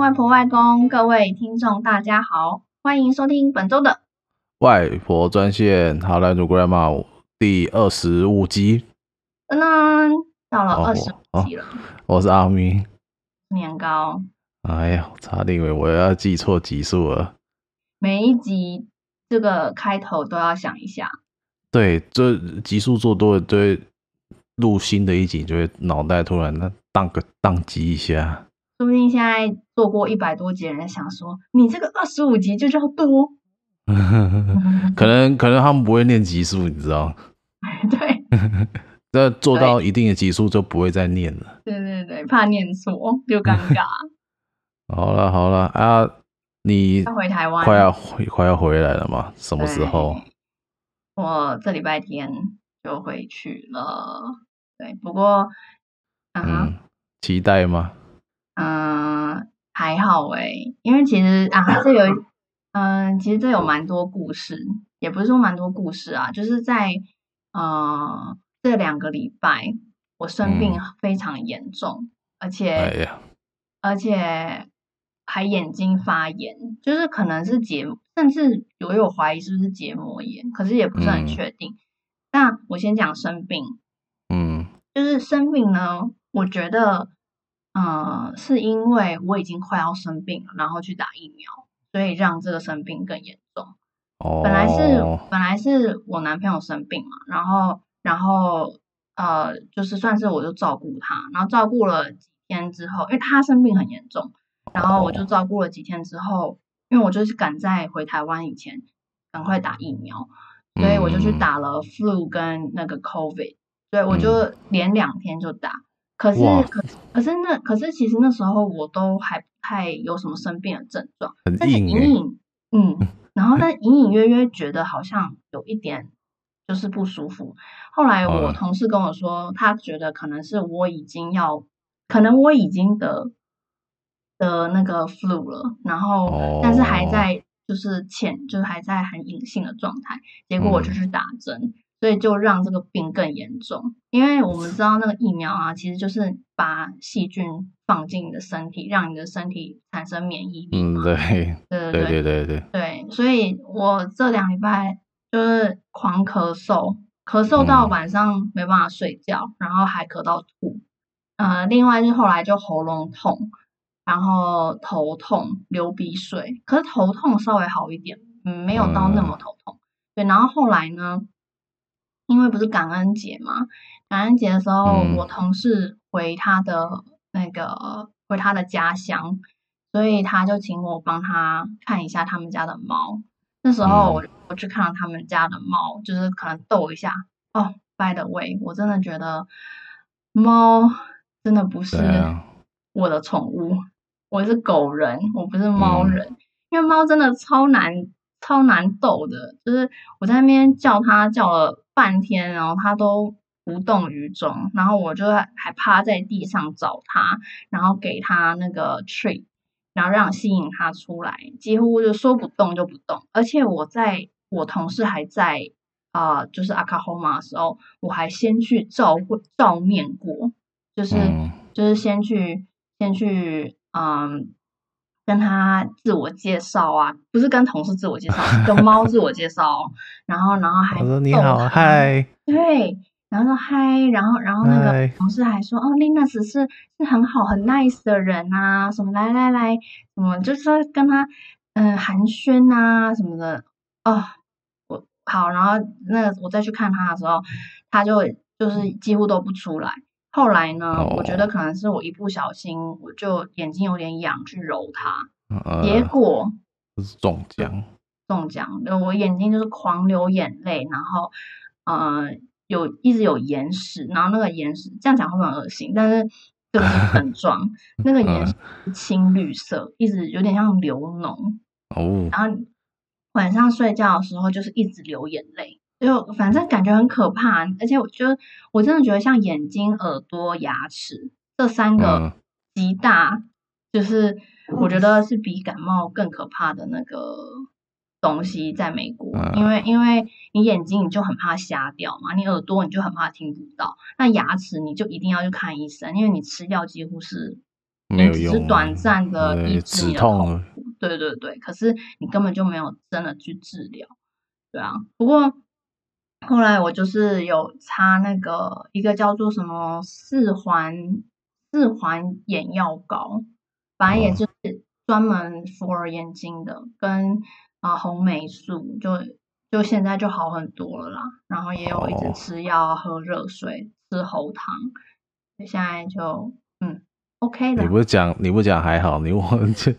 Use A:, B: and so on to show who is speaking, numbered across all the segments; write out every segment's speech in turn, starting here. A: 外婆、外公，各位听众，大家好，欢迎收听本周的
B: 外婆专线 h o l l a n d Grandma 第二十五集，
A: 噔噔，到了
B: 哦
A: 二十
B: 哦
A: 集了，
B: 我是阿咪。
A: 年糕，
B: 哎呀，差点以为我要记错集数了。
A: 每一集这个开头都要想一下，
B: 对，这集数做多了，对录新的一集就会脑袋突然那宕个宕机一下。
A: 说不定现在做过一百多集的人想说，你这个二十五集就叫多，
B: 可能可能他们不会念集数，你知道？
A: 对
B: 那做到一定的集数就不会再念了。
A: 对对对，怕念错就尴 尬，
B: 好了好了啊，你
A: 要回台湾，
B: 快要回快要回来了吗？什么时候？
A: 我这礼拜天就回去了，对，不过，啊哈。
B: 嗯，期待吗？
A: 嗯，还好诶，因为其实啊，这有一，嗯，其实这有蛮多故事，也不是说蛮多故事啊，就是在呃这两个礼拜，我生病非常严重，而
B: 嗯哎
A: 且
B: 呀，
A: 而且还眼睛发炎，就是可能是结，甚至我有怀疑是不是结膜炎，可是也不是很
B: 嗯
A: 确定。那我先讲生病，
B: 嗯
A: 就是生病呢，我觉得，呃，是因为我已经快要生病了，然后去打疫苗，所以让这个生病更严重。
B: 哦，
A: 本来是、本来是我男朋友生病嘛，然后然后呃，就是算是我就照顾他，然后照顾了几天之后，因为他生病很严重，然后我就照顾了几天之后，因为我就是赶在回台湾以前赶快打疫苗，所以我就去
B: 嗯
A: 打了 flu 跟那个 covid，所以我就连两天就打。可是
B: 嗯哇
A: 可可是那可是其实那时候我都还不太有什么生病的症状，
B: 很
A: 但是
B: 硬
A: 隐
B: 哎、
A: 隐嗯，然 后但隐隐约约觉得好像有一点就是不舒服。后来我
B: 嗯
A: 同事跟我说，他觉得可能是我已经要，可能我已经得得那个 flu 了，然后、但是还
B: 哦
A: 在就是浅，就是还在很隐性的状态。结果我就
B: 嗯
A: 去打针，所以就让这个病更严重。因为我们知道那个疫苗啊，其实就是把细菌放进你的身体，让你的身体产生免疫力
B: 嗯，
A: 嘛。
B: 对，
A: 对
B: 对
A: 对
B: 对对对，
A: 对，所以我这两礼拜就是狂咳嗽，咳嗽到
B: 嗯
A: 晚上没办法睡觉，然后还咳到吐。呃，另外是后来就喉咙痛，然后头痛、流鼻水，可是头痛稍微好一点，嗯，没有到那么头痛。对，然后后来呢，因为不是感恩节嘛，感恩节的时候，
B: 嗯
A: 我同事回他的那个回他的家乡，所以他就请我帮他看一下他们家的猫。那
B: 嗯
A: 时候我、我去看了他们家的猫，就是可能逗一下。哦，by the way，我真的觉得猫真的不是
B: 对啊
A: 我的宠物，我是狗人，我不是猫
B: 嗯
A: 人。因为猫真的超难超难逗的，就是我在那边叫它叫了半天，然后它都无动于衷，然后我就还还趴在地上找它，然后给它那个 treat，然后让吸引它出来，几乎就说不动就不动。而且我在我同事还在啊、呃就是阿卡霍玛的时候，我还先去照顾照面过，就是。
B: 嗯
A: 就是先去先去嗯，跟他自我介绍啊，不是跟同事自我介绍，是 跟猫自我介绍哦，然后然后还
B: 我说你
A: 逗
B: 好，
A: 它，
B: 嗨，
A: 对，然后说嗨，然后啊然后那个
B: 嗨
A: 同事还说哦，Linus 是是很好很 nice 的人啊，什么来来来，什么就是说跟他嗯、呃寒暄啊什么的哦，我好，然后那个我再去看他的时候，他就就是几乎都不出来。后来呢，我觉得可能是我一不小心，我就眼睛有点痒去揉它，
B: 呃，
A: 结果
B: 这是中奖，
A: 中奖，呃我眼睛就是狂流眼泪，然后呃有一直有眼屎，然后那个眼屎这样讲会不会很恶心？但是这个是症状，那个眼屎是青绿色，一直有点像流脓，
B: 哦，
A: 然后晚上睡觉的时候就是一直流眼泪，就反正感觉很可怕，而且我就我真的觉得像眼睛、耳朵、牙齿这三
B: 嗯
A: 个极大，就是我觉得是比感冒更可怕的那个东西，在美国，因为因为你眼睛你就很怕瞎掉嘛，你耳朵你就很怕听不到，那牙齿你就一定要去看医生，因为你吃药几乎是
B: 没有
A: 你只
B: 用
A: 是
B: 啊
A: 短暂的
B: 对
A: 抑制
B: 止
A: 你的痛
B: 痛啊
A: 苦
B: 了，
A: 对对对，可是你根本就没有真的去治疗，对啊。不过后来我就是有擦那个一个叫做什么四环四环眼药膏，反正也
B: 嗯
A: 就是专门 for 眼睛的，跟啊、呃红霉素就就现在就好很多了啦。然后也有一
B: 哦
A: 直吃药啊、喝热水、吃喉糖，现在就嗯 OK 了
B: 你。不讲，你不讲还好，你我这，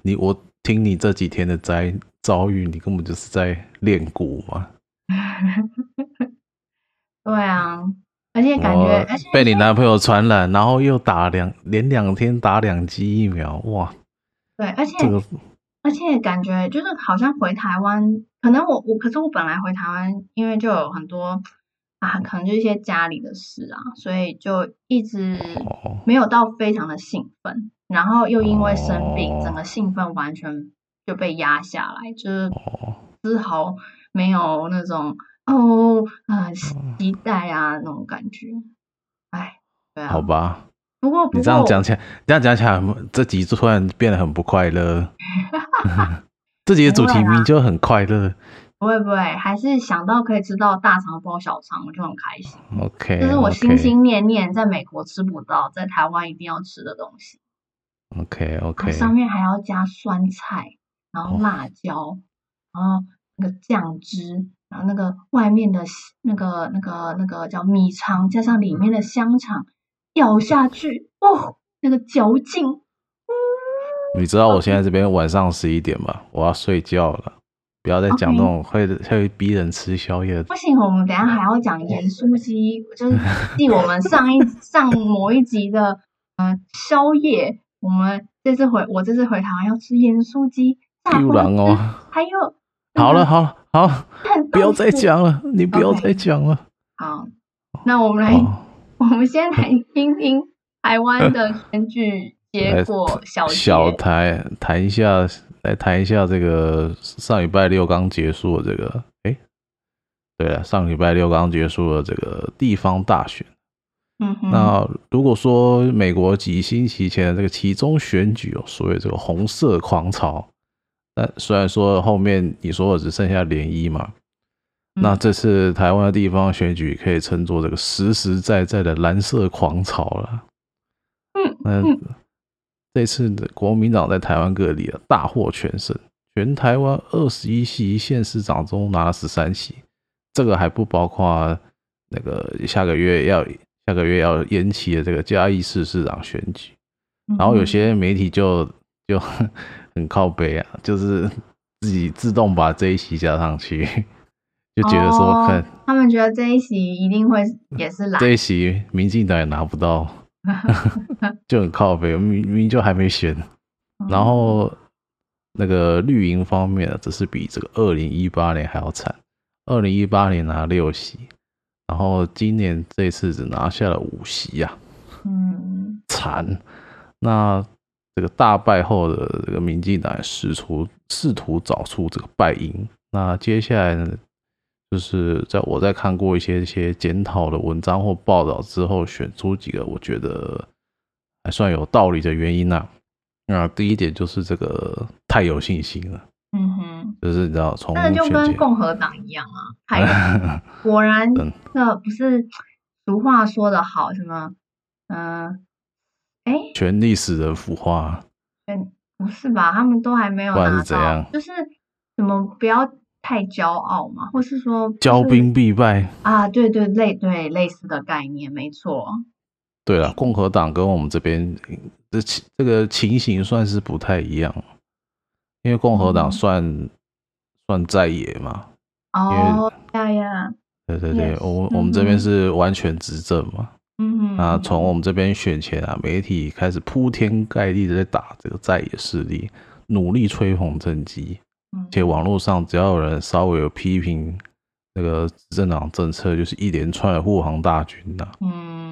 B: 你我听你这几天的灾遭遇，你根本就是在练鼓嘛。
A: 对啊，而且感觉，
B: 我
A: 而且
B: 被你男朋友传染，然后又打两连两天打两剂疫苗，哇，
A: 对，而且
B: 这个
A: 而且感觉就是好像回台湾，可能我我可是我本来回台湾，因为就有很多啊，可能就一些家里的事啊，所以就一直
B: 哦
A: 没有到非常的兴奋，然后又因为生病，整
B: 哦
A: 个兴奋完全就被压下来，就是
B: 哦，
A: 丝毫没有那种哦啊、期待啊那种感觉，哎，对啊
B: 好，吧，
A: 不过不
B: 你
A: 过
B: 这样讲起来，这样讲起来很，这集突然变得很不快乐。 这集的主题明明就很快乐
A: 不会不会，还是想到可以吃到大肠包小肠，我就很开心。
B: ，OK，
A: 这是我心心念念在美国吃不到，在台湾一定要吃的东西。
B: OK
A: 然后
B: OK，
A: 上面还要加酸菜，然后
B: 哦
A: 辣椒，然后那个酱汁，然后那个外面的西那个那个那个叫米肠，加上里面的香肠，咬下去哦，那个嚼劲。
B: 你知道我现在这边晚上十一点吧，我要睡觉了，不要再讲
A: OK
B: 那种会会逼人吃宵夜的
A: 不行，我们等一下还要讲盐
B: 哦
A: 酥鸡，就是继我们上一上某一集的呃宵夜，我们这次回我这次回台湾要吃盐酥鸡，大
B: 丢
A: 风
B: 人哦
A: 之，还有
B: 好了，好了好 了，
A: 看
B: 不要
A: 豆
B: 再
A: 腐
B: 讲了，你不要
A: OK
B: 再讲了。
A: 好，那我们来、
B: 哦，
A: 我们先来听 听台湾的选举结果小结，
B: 小谈谈一下，来谈一下这个上礼拜六刚结束的这个，诶，对了，上礼拜六刚结束的这个地方大选。
A: 嗯哼，
B: 那如果说美国几星期前的这个其中选举哦，所谓这个红色狂潮，那虽然说后面你说我只剩下涟漪嘛，
A: 嗯
B: 那这次台湾的地方选举可以称作这个实实在在的蓝色狂潮了。
A: 嗯
B: 那
A: 嗯
B: 这次的国民党在台湾各地啊大获全胜，全台湾二十一席县市长中拿了十三席，这个还不包括那个下个月要下个月要延期的这个嘉义市市长选举。然后有些媒体就就 很靠背啊，就是自己自动把这一席加上去， 就觉得说
A: 哦
B: 看
A: 他们觉得这一席一定会也是蓝
B: 这一席民进党也拿不到， 就很靠背，明明就还没选。
A: 嗯
B: 然后那个绿营方面啊，只是比这个二零一八年还要惨，二零一八年拿六席，然后今年这次只拿下了五席呀、啊。
A: 嗯
B: 惨。那这个大败后的这个民进党也试图试图找出这个败因。那接下来呢，就是在我在看过一些一些检讨的文章或报道之后，选出几个我觉得还算有道理的原因呐、那第一点就是这个太有信心了，
A: 嗯哼，
B: 就是你知道从
A: 那个就
B: 选
A: 跟
B: 前
A: 共和党一样啊，太 有果然
B: 嗯，
A: 那不是俗话说得好，什么，嗯、诶哎，
B: 全历史的腐化，
A: 不是吧？他们都还没有
B: 不然是
A: 拿
B: 怎
A: 到
B: 样，
A: 就是什么不要太骄傲嘛，或是说不
B: 骄
A: 是
B: 兵必败。
A: 啊，对对类对类似的概念，没错，
B: 对了，共和党跟我们这边嗯这情这个情形算是不太一样，因为共和党
A: 嗯
B: 算、算在野嘛，
A: 哦呀呀，
B: 对对对
A: Yes，
B: 我我们这边
A: 嗯哼
B: 是完全执政嘛，
A: 嗯哼，
B: 那啊从我们这边选前啊，媒体开始铺天盖地的在打这个在野势力，努力吹捧政绩，
A: 嗯
B: 且网络上只要有人稍微有批评那个执政党政策，就是一连串的护航大军呐、
A: 嗯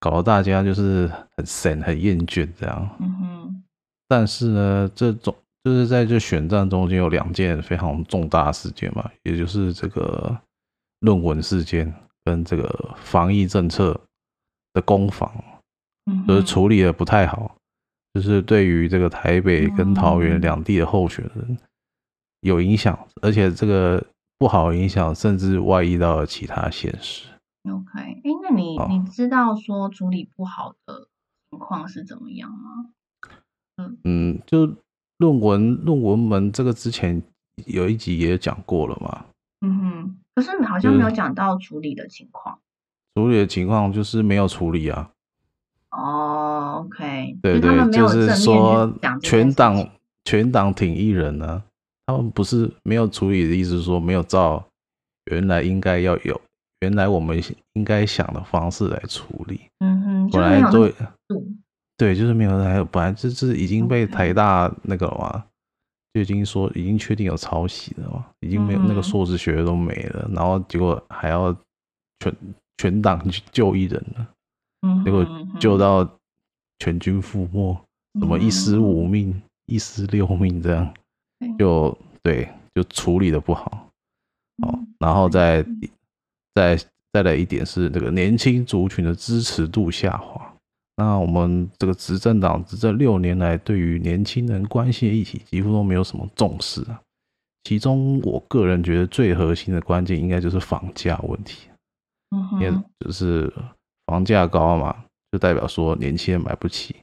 B: 搞得大家就是很神很厌倦这样。
A: 嗯哼，
B: 但是呢，这种就是在这选战中间有两件非常重大的事件嘛，也就是这个论文事件跟这个防疫政策的攻防，
A: 嗯
B: 就是
A: 哼
B: 处理的不太好。就是对于这个台北跟桃园
A: 嗯
B: 两地的候选人有影响，而且这个不好的影响甚至外溢到了其他县市。
A: OK，哎，那你
B: 哦
A: 你知道说处理不好的情况是怎么样吗？
B: 嗯，就论文论文门这个之前有一集也讲过了嘛，
A: 嗯哼，可是你好像没有
B: 嗯
A: 讲到处理的情况。
B: 处理的情况就是没有处理啊，
A: 哦，OK，
B: 对
A: 就是他
B: 对，
A: 们没有
B: 就
A: 正
B: 是
A: 面
B: 说
A: 去讲这件
B: 全
A: 事
B: 党
A: 情
B: 全党挺一人呢、他们不是没有处理的意思，说没有照原来应该要有，原来我们应该想的方式来处理，
A: 嗯哼，就
B: 本
A: 没
B: 来
A: 有那
B: 对
A: 个度，
B: 对，就是没有还有，本来这这已经被
A: OK
B: 台大那个了嘛，就已经说已经确定有抄袭了嘛，已经没有那个
A: 嗯
B: 硕士学位都没了，然后结果还要全全党去救一人了，
A: 嗯哼，
B: 结果
A: 嗯哼
B: 救到全军覆没。什么一尸五，命、一尸六命这样，
A: 嗯
B: 就对，就处理的不好哦
A: 嗯。
B: 然后再
A: 嗯
B: 再再来一点是这个年轻族群的支持度下滑。那我们这个执政党执政六年来，对于年轻人关心的议题几乎都没有什么重视啊。其中，我个人觉得最核心的关键应该就是房价问题，啊
A: 嗯
B: 因为
A: 哼，
B: 就是房价高嘛，就代表说年轻人买不起，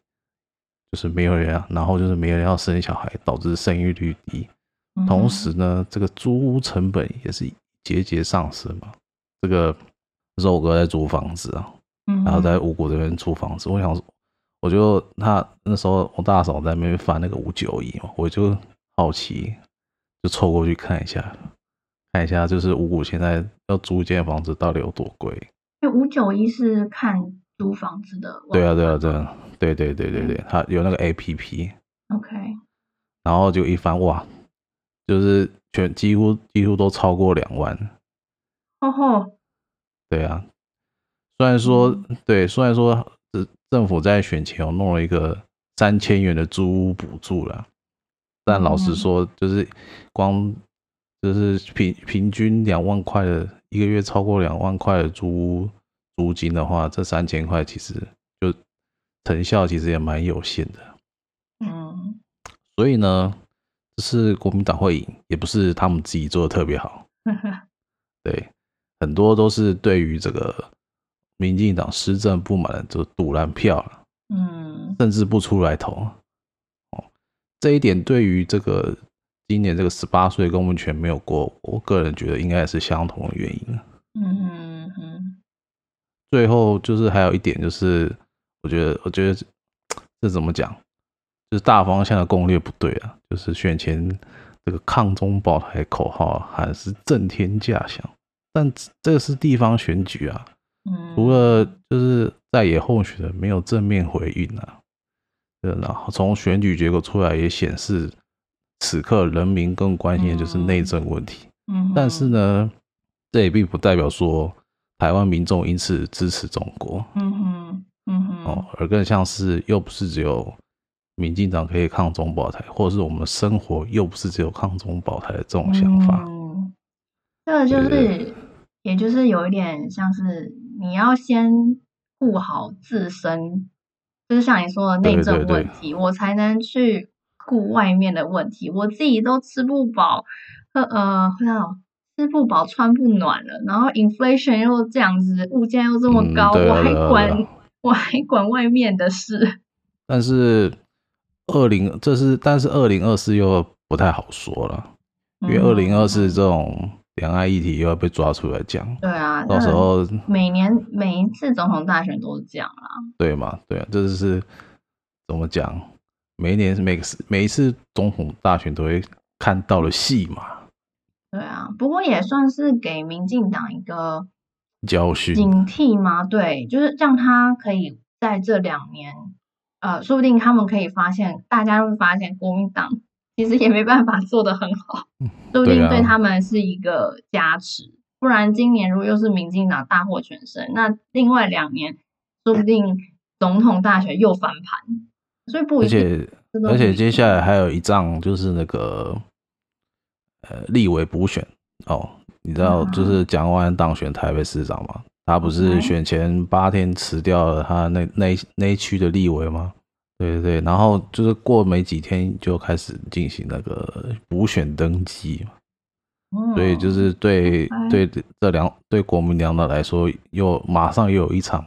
B: 就是没有人、啊，然后就是没有人要生小孩，导致生育率低。
A: 嗯
B: 同
A: 哼
B: 时呢，这个租屋成本也是节节上升嘛。这个那时候我哥在租房子啊，
A: 嗯
B: 然后
A: 哼
B: 在五股这边租房子，我想说，我就他那时候我大嫂在那边翻那个五九一嘛，我就好奇，就凑过去看一下，看一下就是五股现在要租一间房子到底有多贵。
A: 因为五九一是看租房子的网站，嗯
B: 对啊，对啊，对啊，对对对对对，它有那个 A P P，
A: ，OK，
B: 然后就一翻哇，就是全几乎几乎都超过两万，
A: 哦吼，
B: 对啊。虽然说
A: 嗯
B: 对，虽然说呃政府在选前有弄了一个三千元的租屋补助啦，但老实
A: 嗯
B: 说，就是光就是平平均两万块的一个月超过两万块的租屋租金的话，这三千块其实就成效其实也蛮有限的。
A: 嗯
B: 所以呢，这是国民党会赢，也不是他们自己做的特别好，
A: 呵呵
B: 对，很多都是对于这个民进党施政不满的就赌烂票了，
A: 嗯
B: 甚至不出来投。哦，这一点对于这个今年这个十八岁公民权没有过，我个人觉得应该也是相同的原因。
A: 嗯哼嗯哼
B: 最后就是还有一点就是，我觉得我觉得这怎么讲，就是大方向的攻略不对啊，就是选前这个抗中保台口号喊是震天价响，但这是地方选举啊，
A: 嗯，
B: 除了就是在野候选人没有正面回应啊，呃，然后从选举结果出来也显示，此刻人民更关心的就是内政问题。
A: 嗯，
B: 但是，呢，这也并不代表说台湾民众因此支持中国
A: 嗯哼嗯哼，
B: 哦，而更像是又不是只有民进党可以抗中保台，或者是我们生活又不是只有抗中保台的这种想法。
A: 嗯，这个就
B: 对对
A: 是，也就是有一点像是你要先顾好自身，就是像你说的内
B: 对对
A: 政
B: 对
A: 问题，我才能去顾外面的问题。我自己都吃不饱，呃呃，会让我吃不饱穿不暖了，然后 inflation 又这样子，物价又这么
B: 嗯
A: 高，
B: 对
A: 我
B: 啊
A: 还
B: 对啊对
A: 管
B: 啊
A: 我还管外面的事。
B: 但是二零这是，但是二零二四又不太好说了，因为
A: 嗯
B: 二零二四这种两岸议题又要被抓出来讲，
A: 对啊，
B: 到时
A: 那
B: 候
A: 每年每一次总统大选都是这样啦。
B: 对嘛？对啊，这就是怎么讲？每一年每个每一次总统大选都会看到的戏嘛，
A: 对啊，不过也算是给民进党一个
B: 教训。
A: 警惕嘛，对，就是让他可以在这两年，呃，说不定他们可以发现，大家会发现国民党其实也没办法做得很好，说不
B: 对
A: 定
B: 啊
A: 对他们是一个加持。不然今年如果又是民进党大获全胜，那另外两年说不定总统大选又翻盘，所以不
B: 而
A: 一定。
B: 且
A: 这都
B: 而
A: 不
B: 且
A: 一
B: 接
A: 定
B: 下来还有一仗就是那个呃立委补选哦，你知道
A: 嗯
B: 就是蒋万安当选台北市长嘛？他不是
A: OK
B: 选前八天辞掉了他那那一那一区的立委吗？对对对，然后就是过没几天就开始进行那个补选登记嘛，
A: 嗯
B: 所以就是对
A: 明白
B: 对这两对国民两党来说，又马上又有一场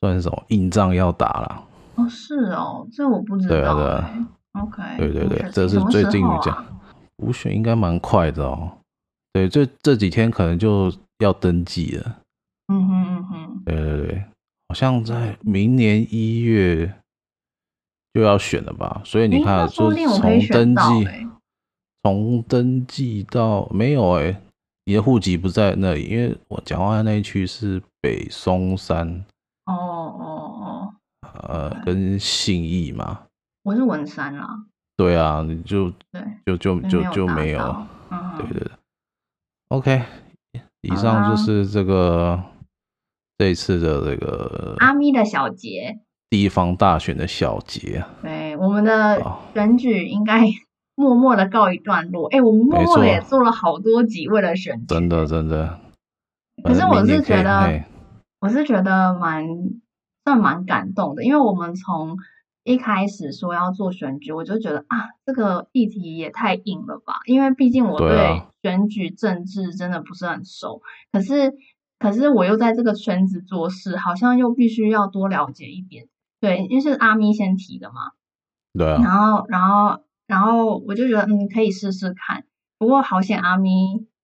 B: 算是什么硬仗要打了。
A: 哦，是哦，这我不知道、
B: 对
A: 欸。
B: 啊对啊
A: OK，
B: 对对对
A: interesting，
B: 这是
A: 哎什么
B: 最
A: 时
B: 近
A: 候啊
B: 讲补选应该蛮快的哦，对，这这几天可能就要登记了。
A: 嗯哼嗯哼，
B: 对对对，好像在明年一月就要选了吧？所以你
A: 诶
B: 看啊，
A: 那说不
B: 就是
A: 定我可以
B: 从登
A: 选到
B: 记
A: 诶，
B: 从登记到没有哎、你的户籍不在那里，因为我蒋万安那一区是北松山，
A: 哦哦哦，
B: 呃，跟信义嘛。
A: 我是文山啦，
B: 对啊，你就
A: 对，
B: 就就
A: 所以
B: 就
A: 有
B: 就
A: 达
B: 没有
A: 到，，嗯，
B: 对对对。OK，以
A: 好
B: 上就
A: 啦
B: 是这个这一次的这个
A: 阿咪的小杰，
B: 地方大选的小结啊。
A: 对，我们的
B: 好
A: 选举应该 默默的告一段落。哎，我们默
B: 没
A: 默
B: 错
A: 的也做了好多集为了选举，
B: 真的真的。
A: 可是
B: 反正
A: 我
B: 明年
A: 是
B: 可以
A: 觉得
B: 嘿
A: 我是觉得蛮算蛮感动的，因为我们从一开始说要做选举，我就觉得啊，这个议题也太硬了吧，因为毕竟我
B: 对啊
A: 对选举政治真的不是很熟，可是可是我又在这个圈子做事，好像又必须要多了解一点。对，因为是阿咪先提的嘛，
B: 对啊，
A: 然后，然后，然后我就觉得，嗯，可以试试看。不过好险阿咪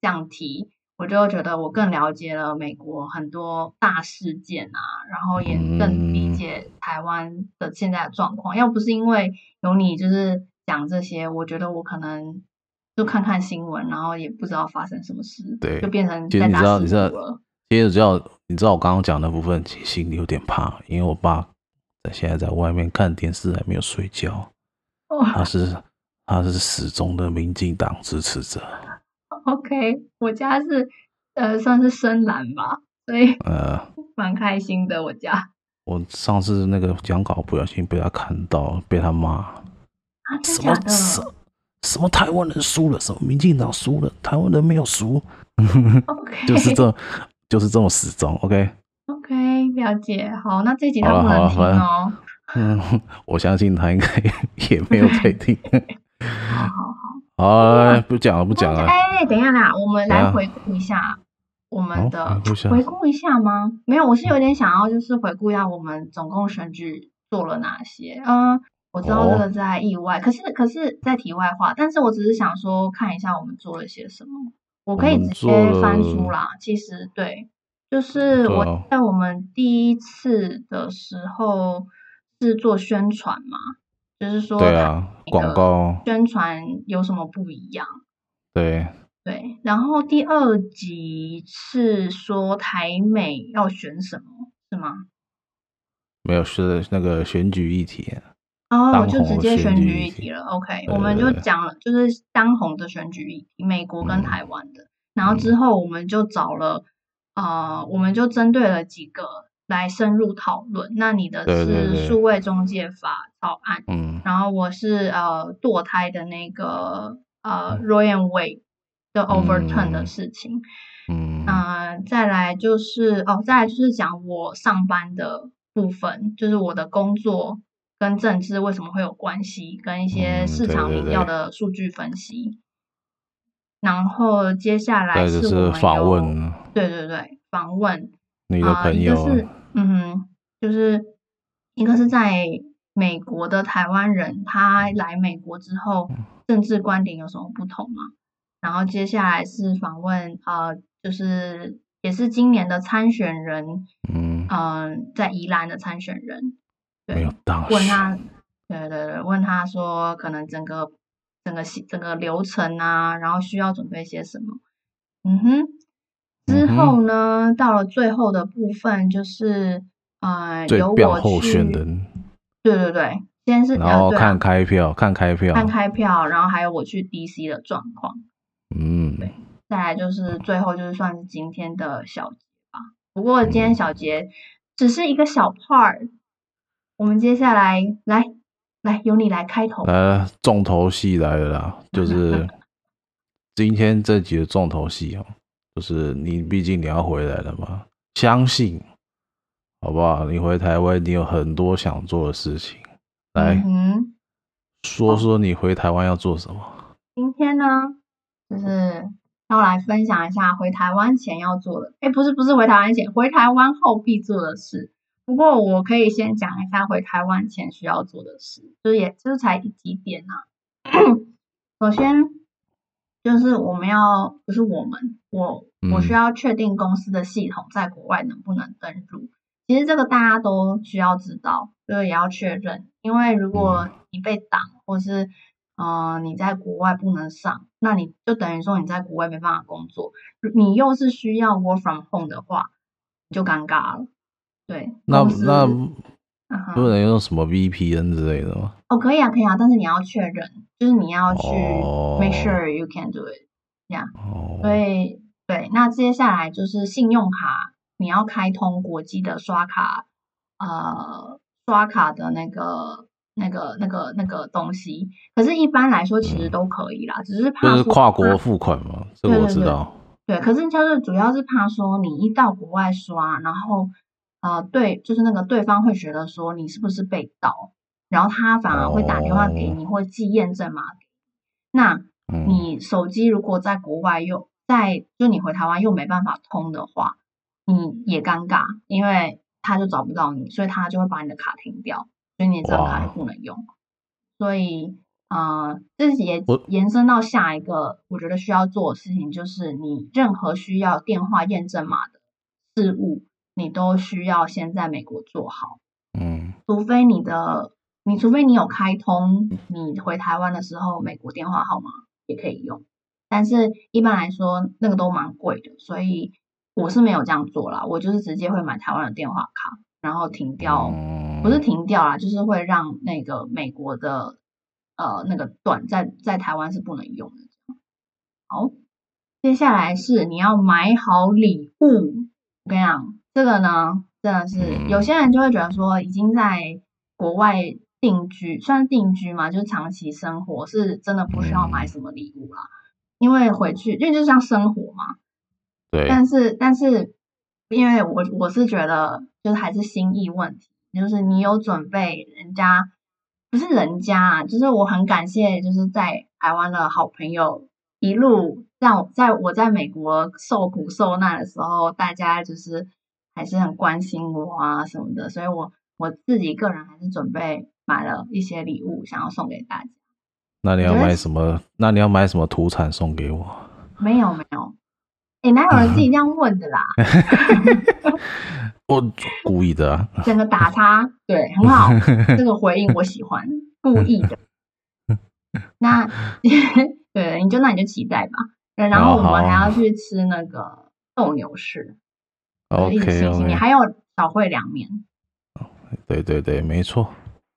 A: 这样提，我就觉得我更了解了美国很多大事件啊，然后也更理
B: 嗯
A: 解台湾的现在的状况。要不是因为有你就是讲这些，我觉得我可能就看看新闻，然后也不知道发生什么事，
B: 对
A: 就变成
B: 其实
A: 在
B: 你
A: 打
B: 知道，
A: 死
B: 你知道
A: 胡了。，
B: 其实只要你知道我刚刚讲的部分，其实心里有点怕，因为我爸在现在在外面看电视还没有睡觉，他
A: 哦
B: 是他是始终的民进党支持者，
A: ，OK，我家是呃算是深蓝吧，所以
B: 呃，
A: 蛮开心的。我家
B: 我上次那个讲稿不小心被他看到，被他骂
A: 啊，真
B: 什
A: 假
B: 么
A: 的？
B: 什什么台湾人输了，什么民进党输了，台湾人没有 输，
A: OK，
B: 就是这就是这么始终，OK。
A: OK，了解。好，那这集
B: 好
A: 他
B: 了
A: 不
B: 好
A: 能
B: 了
A: 听
B: 反正
A: 哦。
B: 嗯， 我相信他应该 也没有 在听。
A: 好好好，
B: 哎，不讲了，
A: 不
B: 不讲了。
A: 哎，等一下啦，我们
B: 等一
A: 来
B: 下
A: 回顾一下我
B: 好
A: 们的
B: 回顾一下
A: 回顾一下吗？没有，我是有点想要就是回顾一下我们总共选举做了哪些。嗯，我知道这
B: 哦
A: 个在意外，可是可是在题外话，但是我只是想说看一下我们做了些什么。我可
B: 我
A: 以
B: 们
A: 直
B: 做
A: 接翻
B: 了
A: 书啦，其实对，就是
B: 对啊
A: 我在我们第一次的时候是做宣传嘛，就是说
B: 对啊，广告
A: 宣传有什么不一样。
B: 对，
A: 对，然后第二集是说台美要选什么，是吗？
B: 没有是那个选举议题。
A: 哦，我
B: 当
A: 就直
B: 红
A: 接选
B: 选举
A: 举
B: 议
A: 议
B: 题
A: 题了。OK，
B: 对
A: 我们就
B: 对对
A: 讲了，就是当红的选举议题，美国
B: 嗯
A: 跟台湾的。然后之后我们就找了，呃，我们就针对了几个来深入讨论。那你的
B: 对对对
A: 是数位中介法草案，
B: 嗯，
A: 然后我是呃堕胎的那个呃 Roe and Wade 的 overturn 的
B: 嗯
A: 事情。
B: 嗯，
A: 呃，再来就是哦，再来就是讲我上班的部分，就是我的工作跟政治为什么会有关系，跟一些
B: 嗯
A: 市
B: 对
A: 场
B: 对
A: 民
B: 对
A: 调的数据分析。然后接下来
B: 再
A: 是我
B: 就是
A: 们
B: 访
A: 有
B: 问
A: 对对对，访问
B: 你的
A: 啊
B: 朋
A: 一个
B: 友，
A: 是嗯，就是一个是在美国的台湾人，他来美国之后
B: 嗯
A: 政治观点有什么不同嘛？然后接下来是访问呃，就是也是今年的参选人，
B: 嗯，
A: 嗯、在宜兰的参选人，对，
B: 没有当
A: 问
B: 选，
A: 他，对对对，问他说可能整个整个系整个流程啊，然后需要准备些什么。嗯哼，之
B: 嗯哼
A: 后呢，到了最后的部分就是呃，
B: 最
A: 由
B: 标
A: 我
B: 候选
A: 去，
B: 人，
A: 对对对，先是
B: 然后
A: 呃对啊
B: 看开票，看开票，
A: 看开票，然后还有我去 DC 的状况，
B: 嗯，
A: 再来就是最后就是算是今天的小结吧。不过今天
B: 嗯
A: 小结只是一个小 part，我们接下来来来由你来开头。
B: 呃，重头戏来 了啦，就是今天这集的重头戏哦，就是你毕竟你要回来了嘛，相信好不好？你回台湾，你有很多想做的事情，来、
A: 嗯哼，
B: 说说你回台湾要做什么？
A: 今天呢，就是要来分享一下回台湾前要做的，哎，不是不是回台湾前，回台湾后必做的事。不过我可以先讲一下回台湾前需要做的事，就是也就是才几点啊。 首先就是我们要，不是我们，我我需
B: 嗯
A: 要确定公司的系统在国外能不能登录。其实这个大家都需要知道，就是也要确认，因为如
B: 嗯
A: 果你被挡，或是呃你在国外不能上，那你就等于说你在国外没办法工作，你又是需要 work from home 的话，你就尴尬了。对，
B: 那
A: 公司
B: 那
A: 啊哈
B: 不能用什么 VPN 之类的吗？
A: 哦，可以啊，可以啊，但是你要确认，就是你要去
B: 哦
A: make sure you can do it。
B: 哦，
A: 所以对，那接下来就是信用卡，你要开通国际的刷卡，呃，刷卡的那个、那个、那个、那个东西。可是，一般来说其实都可以啦，只是怕
B: 就是
A: 说
B: 跨
A: 怕
B: 国付款嘛，这个
A: 对
B: 我
A: 对
B: 知
A: 对
B: 道。
A: 对，可是就是主要是怕说你一到国外刷，然后呃，对，就是那个对方会觉得说你是不是被盗，然后他反而会打电话
B: 哦
A: 给你，或寄验证码给你。那
B: 嗯，
A: 你手机如果在国外又在，就你回台湾又没办法通的话，你也尴尬，因为他就找不到你，所以他就会把你的卡停掉，所以你的这张卡
B: 哇
A: 就不能用。所以，呃，这也
B: 我
A: 延伸到下一个，我觉得需要做的事情就是，你任何需要电话验证码的事物，你都需要先在美国做好。
B: 嗯，
A: 除非你的，你除非你有开通你回台湾的时候美国电话号码也可以用，但是一般来说那个都蛮贵的，所以我是没有这样做啦，我就是直接会买台湾的电话卡，然后停掉，不是
B: 嗯
A: 停掉啦，就是会让那个美国的呃那个段在在台湾是不能用的。好，接下来是你要买好礼物。我跟你讲，这个呢，真的是有些人就会觉得说，已经在国外定居，算是定居嘛，就是长期生活，是真的不需要买什么礼物啦，因为回去，因为就像生活嘛。
B: 对，
A: 但是，但是，因为我我是觉得，就是还是心意问题，就是你有准备，人家不是人家啊，就是我很感谢，就是在台湾的好朋友一路让我在我在美国受苦受难的时候，大家就是还是很关心我啊什么的，所以我我自己个人还是准备买了一些礼物，想要送给大家。
B: 那你要
A: 我觉得
B: 买什么？那你要买什么土产送给我？
A: 没有没有，诶，哪有人自己这样问的啦？
B: 我故意的啊。
A: 整个打他，对，很好，这个回应我喜欢，故意的。那 对，你就那你就期待吧。对然后我们还要去吃那个斗牛士，就是一直
B: OK
A: 星期你
B: OK，
A: 还有小会凉面。
B: 对对对，没错。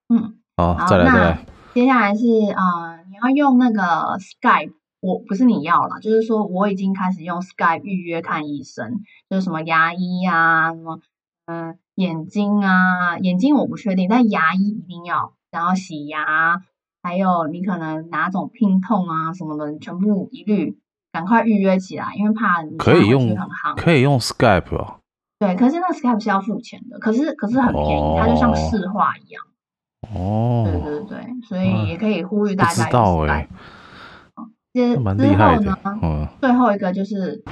A: 嗯，
B: 好，
A: 好，
B: 再来再
A: 那
B: 来。
A: 接下来是呃，你要用那个 Skype，我不是你要了，就是说我已经开始用 Skype 预约看医生，就是什么牙医啊，什么嗯、呃眼睛啊，眼睛我不确定，但牙医一定要，然后洗牙，还有你可能哪种病痛啊什么的，全部一律赶快预约起来，因为怕你
B: 可
A: 现在
B: 以
A: 回
B: 用
A: 去很夯。
B: 可以用 Skype 哦。
A: 对，可是那 Skype 是要付钱的，可是可是很便宜，它就像市话一样。对
B: 哦，
A: 对对，所以也可以呼吁
B: 不
A: 大
B: 知
A: 家
B: 道
A: 哎、
B: 哎，
A: 接
B: 那蛮
A: 之
B: 厉害
A: 后
B: 的
A: 呢，。
B: 嗯
A: 最后一个就是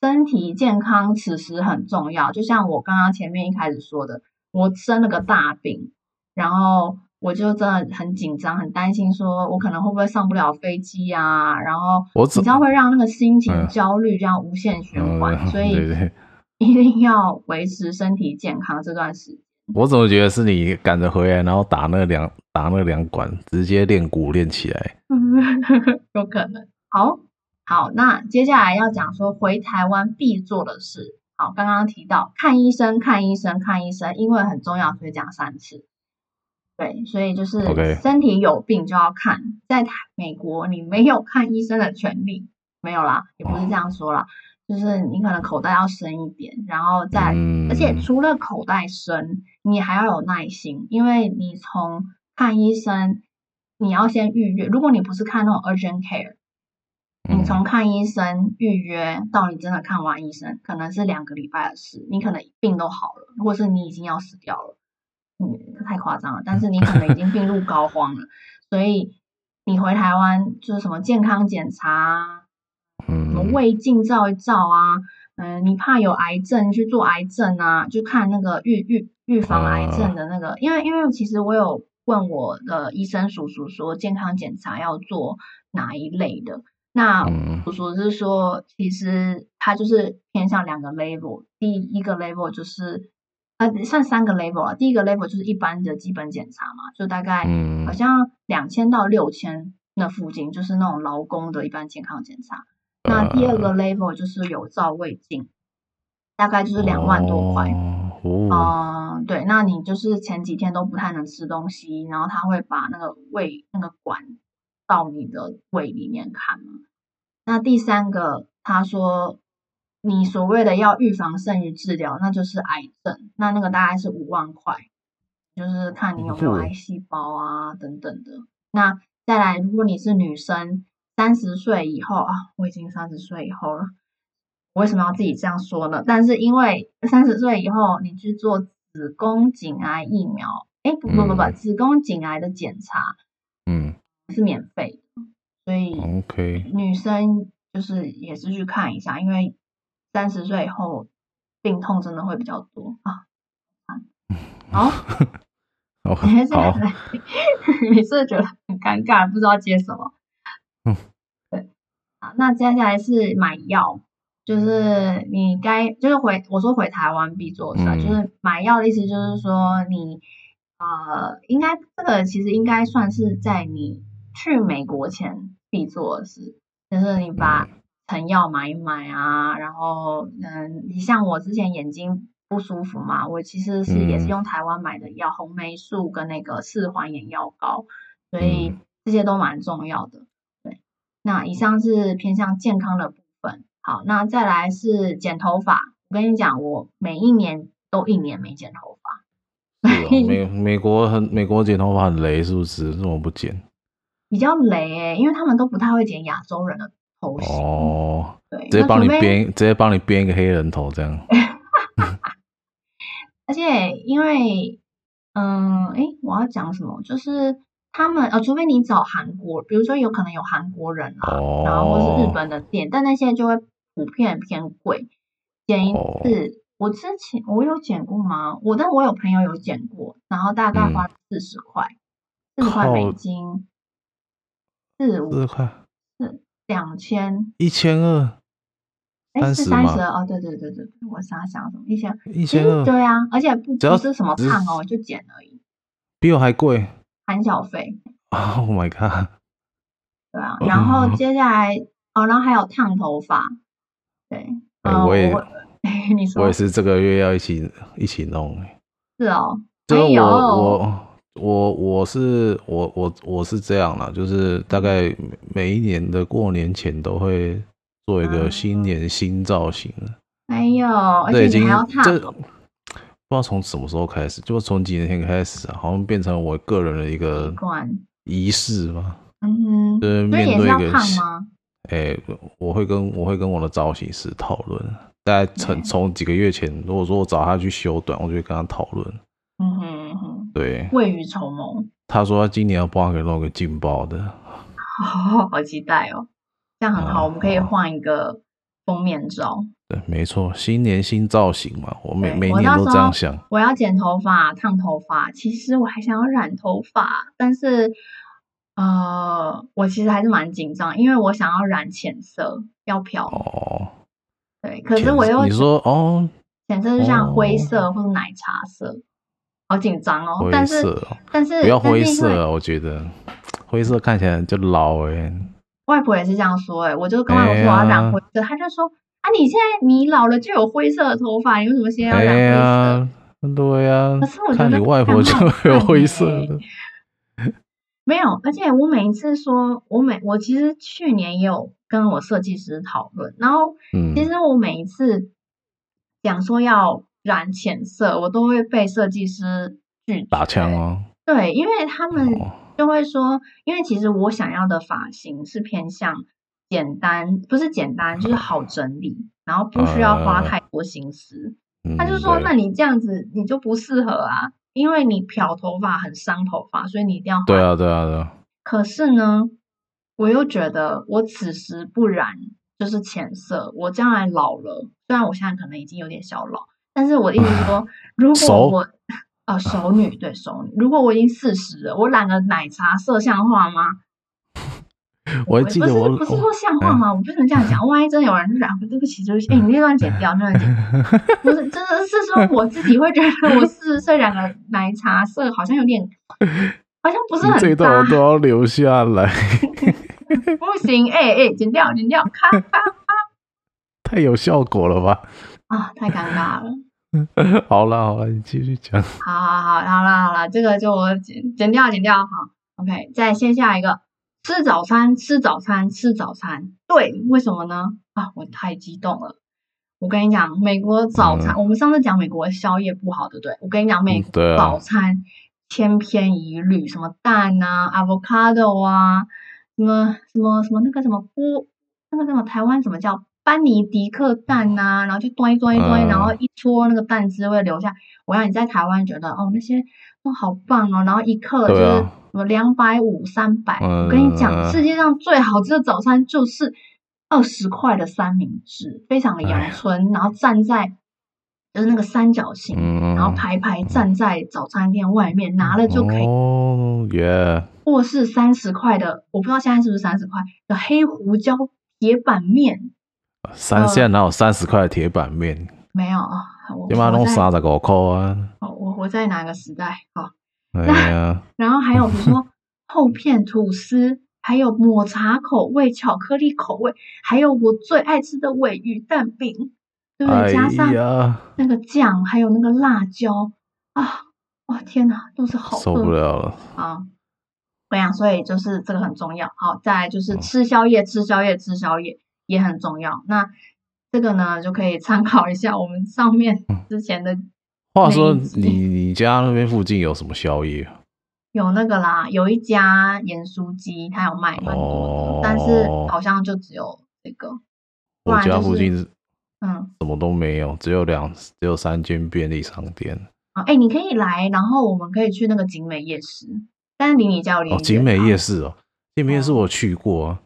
A: 身体健康，此时很重要。就像我刚刚前面一开始说的，我生了个大病，然后我就真的很紧张，很担心，说我可能会不会上不了飞机啊？然后
B: 我只
A: 你知道会让那个心情
B: 嗯
A: 焦虑这样无限循
B: 嗯，
A: 环，所
B: 对
A: 以
B: 对，
A: 一定要维持身体健康这段时间。
B: 我怎么觉得是你赶着回来，然后打那两打那两管，直接练鼓练起来。
A: 有可能。好，好，那接下来要讲说回台湾必做的事。好，刚刚提到看医生，看医生，看医生，因为很重要，所以讲三次。对，所以就是
B: OK
A: 身体有病就要看，在台美国你没有看医生的权利，没有啦，也不是这样说啦，就是你可能口袋要深一点，然后再
B: 嗯，
A: 而且除了口袋深，你还要有耐心，因为你从看医生，你要先预约。如果你不是看那种 urgent care，你
B: 嗯
A: 从看医生预约到你真的看完医生，可能是两个礼拜的事，你可能病都好了，或是你已经要死掉了。嗯，太夸张了，但是你可能已经病入膏肓了，所以你回台湾就是什么健康检查啊，什么
B: 嗯，
A: 胃镜照一照啊，嗯、你怕有癌症去做癌症啊，就看那个预预预防癌症的那
B: 啊
A: 个，因为因为其实我有问我的医生叔叔说健康检查要做哪一类的，那
B: 嗯
A: 叔叔是说其实他就是偏向两个 level，第一个 level 就是呃算三个 level 啊，第一个 level 就是一般的基本检查嘛，就大概
B: 嗯
A: 好像两千到六千那附近，就是那种劳工的一般健康检查。那第二个 level 就是有照胃镜，大概就是两万多块。
B: 哦，哦
A: 嗯，对，那你就是前几天都不太能吃东西，然后他会把那个胃那个管到你的胃里面看嘛。那第三个，他说你所谓的要预防胜于治疗，那就是癌症，那那个大概是五万块，就是看你有没有
B: 哦
A: 癌细胞啊等等的。那再来，如果你是女生，三十岁以后啊，我已经三十岁以后了，我为什么要自己这样说呢？但是因为三十岁以后，你去做子宫颈癌疫苗，哎，不不不不，
B: 嗯
A: 子宫颈癌的检查
B: 嗯
A: 是免费的，所以
B: 哦 ，OK，
A: 女生就是也是去看一下，因为三十岁以后病痛真的会比较多啊。好，
B: 哦，
A: 你 还是
B: 好，
A: 你是不是觉得很尴尬，不知道接什么？
B: 嗯，
A: 对。好，那接下来是买药，就是你该就是回我说回台湾必做的事啊，就
B: 嗯
A: 是买药的意思就是说你呃，应该这个其实应该算是在你去美国前必做的事，就是你
B: 嗯
A: 把成药买一买啊，然后嗯，你像我之前眼睛不舒服嘛，我其实是也是
B: 嗯
A: 用台湾买的药，红霉素跟那个四环眼药膏，所以
B: 嗯
A: 这些都蛮重要的。对，那以上是偏向健康的部分。好，那再来是剪头发。我跟你讲，我每一年都一年没剪头发，
B: 是哦美美国很美国剪头发很雷，是不是？为什么不剪？
A: 比较雷诶、因为他们都不太会剪亚洲人的头型。
B: 哦，
A: 对，
B: 直接
A: 那
B: 帮
A: 除
B: 你
A: 非
B: 编，直接帮你编一个黑人头这样。
A: 而且因为，嗯，诶，我要讲什么？就是他们呃，除非你找韩国，比如说有可能有韩国人啊，然后或是日
B: 哦，
A: 本的店，但那些就会普遍偏贵。剪一
B: 哦
A: 次，我之前我有剪过吗？我但我有朋友有剪过，然后大概花四十块，四十块美
B: 嗯靠
A: 金，四
B: 四
A: 五
B: 十块，
A: 两千，
B: 一千二，
A: 哎，是
B: 30
A: 三十
B: 吗
A: 二哦，对对对对，我傻想什么一千，
B: 一
A: 其
B: 千
A: 实
B: 二，
A: 对啊，而且不
B: 只要
A: 不是什么
B: 只
A: 烫哦，就剪而已，
B: 比我还贵。
A: 含小费。
B: Oh my god！
A: 对啊，
B: 哦
A: 然后接下来哦，然后还有烫头发，对，
B: 哎
A: 呃，
B: 我也
A: 你说
B: 我也是这个月要一起一起弄。欸
A: 是哦，
B: 就是
A: 哎
B: 我
A: 呦，
B: 我我我是我我我是这样啦，就是大概每每一年的过年前都会做一个新年新造型，
A: 哎呦，嗯而
B: 这
A: 且
B: 已
A: 你
B: 经
A: 还要烫
B: 这
A: 哦，
B: 不知道从什么时候开始，就从几年前开始啊，好像变成我个人的一
A: 习
B: 个
A: 惯，
B: 仪式嘛，
A: 嗯
B: 就
A: 哼，
B: 是
A: 所以
B: 面
A: 也是
B: 对一
A: 要
B: 个
A: 烫
B: 新
A: 吗？
B: 诶、我会跟我会跟我的造型师讨论，大概从
A: 对，
B: 从几个月前，如果说我找他去修短，我就会跟他讨论。
A: 嗯哼嗯哼，
B: 对，
A: 未雨绸缪，
B: 他说他今年要帮我给弄个劲爆的
A: 好期待哦，这样很好，我
B: 啊，
A: 们可以
B: 好，
A: 换一个封面照。
B: 对，没错，新年新造型嘛，我每
A: 对，
B: 每
A: 我
B: 年
A: 那
B: 都
A: 时
B: 这样
A: 候
B: 想。
A: 我要剪头发、烫头发，其实我还想要染头发，但是呃，我其实还是蛮紧张，因为我想要染浅色，要漂。
B: 哦，
A: 对，可是
B: 浅
A: 我
B: 色，
A: 又
B: 你
A: 觉
B: 说哦
A: 浅色就像灰
B: 哦，
A: 色或者奶茶色，好紧张哦。
B: 灰
A: 但是
B: 色哦，
A: 但
B: 不
A: 是
B: 要
A: 但
B: 灰
A: 是因
B: 色
A: 为
B: 啊，我觉得灰色看起来就老哎、
A: 外婆也是这样说、欸，我就跟外婆
B: 哎
A: 说我要染
B: 呀，
A: 灰色，她就说啊，你现在你老了就有灰色的头发，你为什么现在要
B: 哎
A: 染灰色？
B: 呀，对
A: 可
B: 呀，
A: 是我觉
B: 看
A: 得
B: 你外
A: 染
B: 婆就
A: 好
B: 会有
A: 看欸
B: 灰色
A: 耶、
B: 的。
A: 没有，而且我每一次说，我每我其实去年也有跟我设计师讨论，然后其
B: 嗯，
A: 实我每一次讲说要染浅色，我都会被设计师拒
B: 打
A: 绝。
B: 枪哦，
A: 对，因为他们
B: 哦，
A: 就会说，因为其实我想要的发型是偏向简单，不是简单，就是好整理，然后不需要花
B: 呃，
A: 太多心思。他就
B: 嗯，
A: 说，那
B: 对，
A: 你这样子你就不适合啊。因为你漂头发很伤头发，所以你一定要换。
B: 对啊，对啊，对啊，
A: 可是呢，我又觉得我此时不染就是浅色，我将来老了，虽然我现在可能已经有点小老，但是我的意思是说，如果
B: 熟
A: 我呃熟女对熟女，如果我已经四十了，我染个奶茶色像话吗？
B: 我还记得我
A: 不是不是说像话吗？我不能这样讲，万一真的有人染，对不起，对不 起，哎、你那段剪掉，那段剪掉，不是，真的是说我自己会觉得我四十岁染个奶茶色好像有点，好像不是
B: 你这一
A: 很搭
B: 段我都要留下来，
A: 不行，哎、哎、剪掉剪掉，咔咔
B: 太有效果了吧？
A: 啊，太尴尬了。
B: 好啦好啦，你继续讲。
A: 好好好，好啦好啦，这个就我剪剪掉剪掉，好，OK，再先下一个，吃早餐吃早餐吃早餐，对，为什么呢？啊，我太激动了。我跟你讲，美国早餐，我们上次讲美国宵夜不好，对不对？我跟你讲，美
B: 嗯对
A: 国
B: 啊
A: 早餐千篇一律，什么蛋啊、avocado 啊，什么什么什么那个什么波，那个什么台湾什么叫班尼迪克蛋呐、然后就端一端一
B: 嗯
A: 端一，然后一戳那个蛋汁会流下。我让你在台湾觉得哦那些哦好棒哦，然后一克就
B: 对
A: 是
B: 啊
A: 什么两百五、三百。我跟
B: 嗯
A: 你
B: 嗯嗯
A: 讲，世界上最好吃的早餐就是二十块的三明治，非常的
B: 哎呀
A: 阳春，然后站在就是那个三角形，
B: 嗯，
A: 然后排排站在早餐店外面，拿了就可以
B: 哦耶，
A: 或是三十块的，我不知道现在是不是三十块的黑胡椒铁板面，嗯
B: 三现在哪有三十块的铁板面？
A: 没有啊，我
B: 要不然
A: 我
B: 弄
A: 在
B: 三十五块啊？
A: 哦我我在哪个时代好，
B: 哎呀，
A: 然后还有比如 说厚片吐司，还有抹茶口味、巧克力口味，还有我最爱吃的尾鱼蛋饼，对不
B: 哎
A: 对？加上
B: 呀，
A: 那个酱，还有那个辣椒啊，哇天哪，肚子好
B: 受不
A: 饿
B: 了了。
A: 啊！对呀，所以就是这个很重要。好，再来就是
B: 嗯
A: 吃宵夜，吃宵夜，吃宵夜也很重要。那这个呢，就可以参考一下我们上面
B: 嗯
A: 之前的
B: 话说
A: 每一集
B: 你你家那边附近有什么宵夜？
A: 有那个啦，有一家盐酥鸡，它有卖蛮多的，但是
B: 哦
A: 好像就只有这个，不
B: 我
A: 然
B: 家
A: 就
B: 附
A: 是
B: 近是
A: 嗯，
B: 什么都没有，只有两只有三间便利商店。
A: 啊，哎、你可以来，然后我们可以去那个景美夜市，但是离你家有点
B: 哦，
A: 远、啊
B: 景美夜，市哦，景美夜
A: 嗯
B: 市我去过、啊，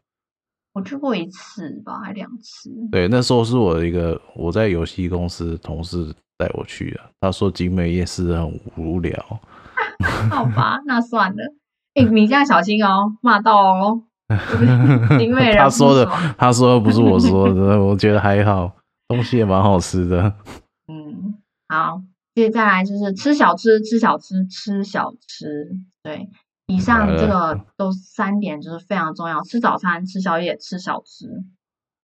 A: 我去过一次吧，还两次，
B: 对，那时候是我一个我在游戏公司同事带我去的，他说景美夜市很无聊，
A: 好吧，那算了，哎、你这样小心哦，骂到哦， 景美人
B: 他说的
A: 不爽
B: 他说的不是我说的，我觉得还好，东西也蛮好吃的。
A: 嗯，好，接下来就是吃小吃，吃小吃，吃小吃。对，以上这个都三点就是非常重要：吃早餐、吃宵夜、吃小吃。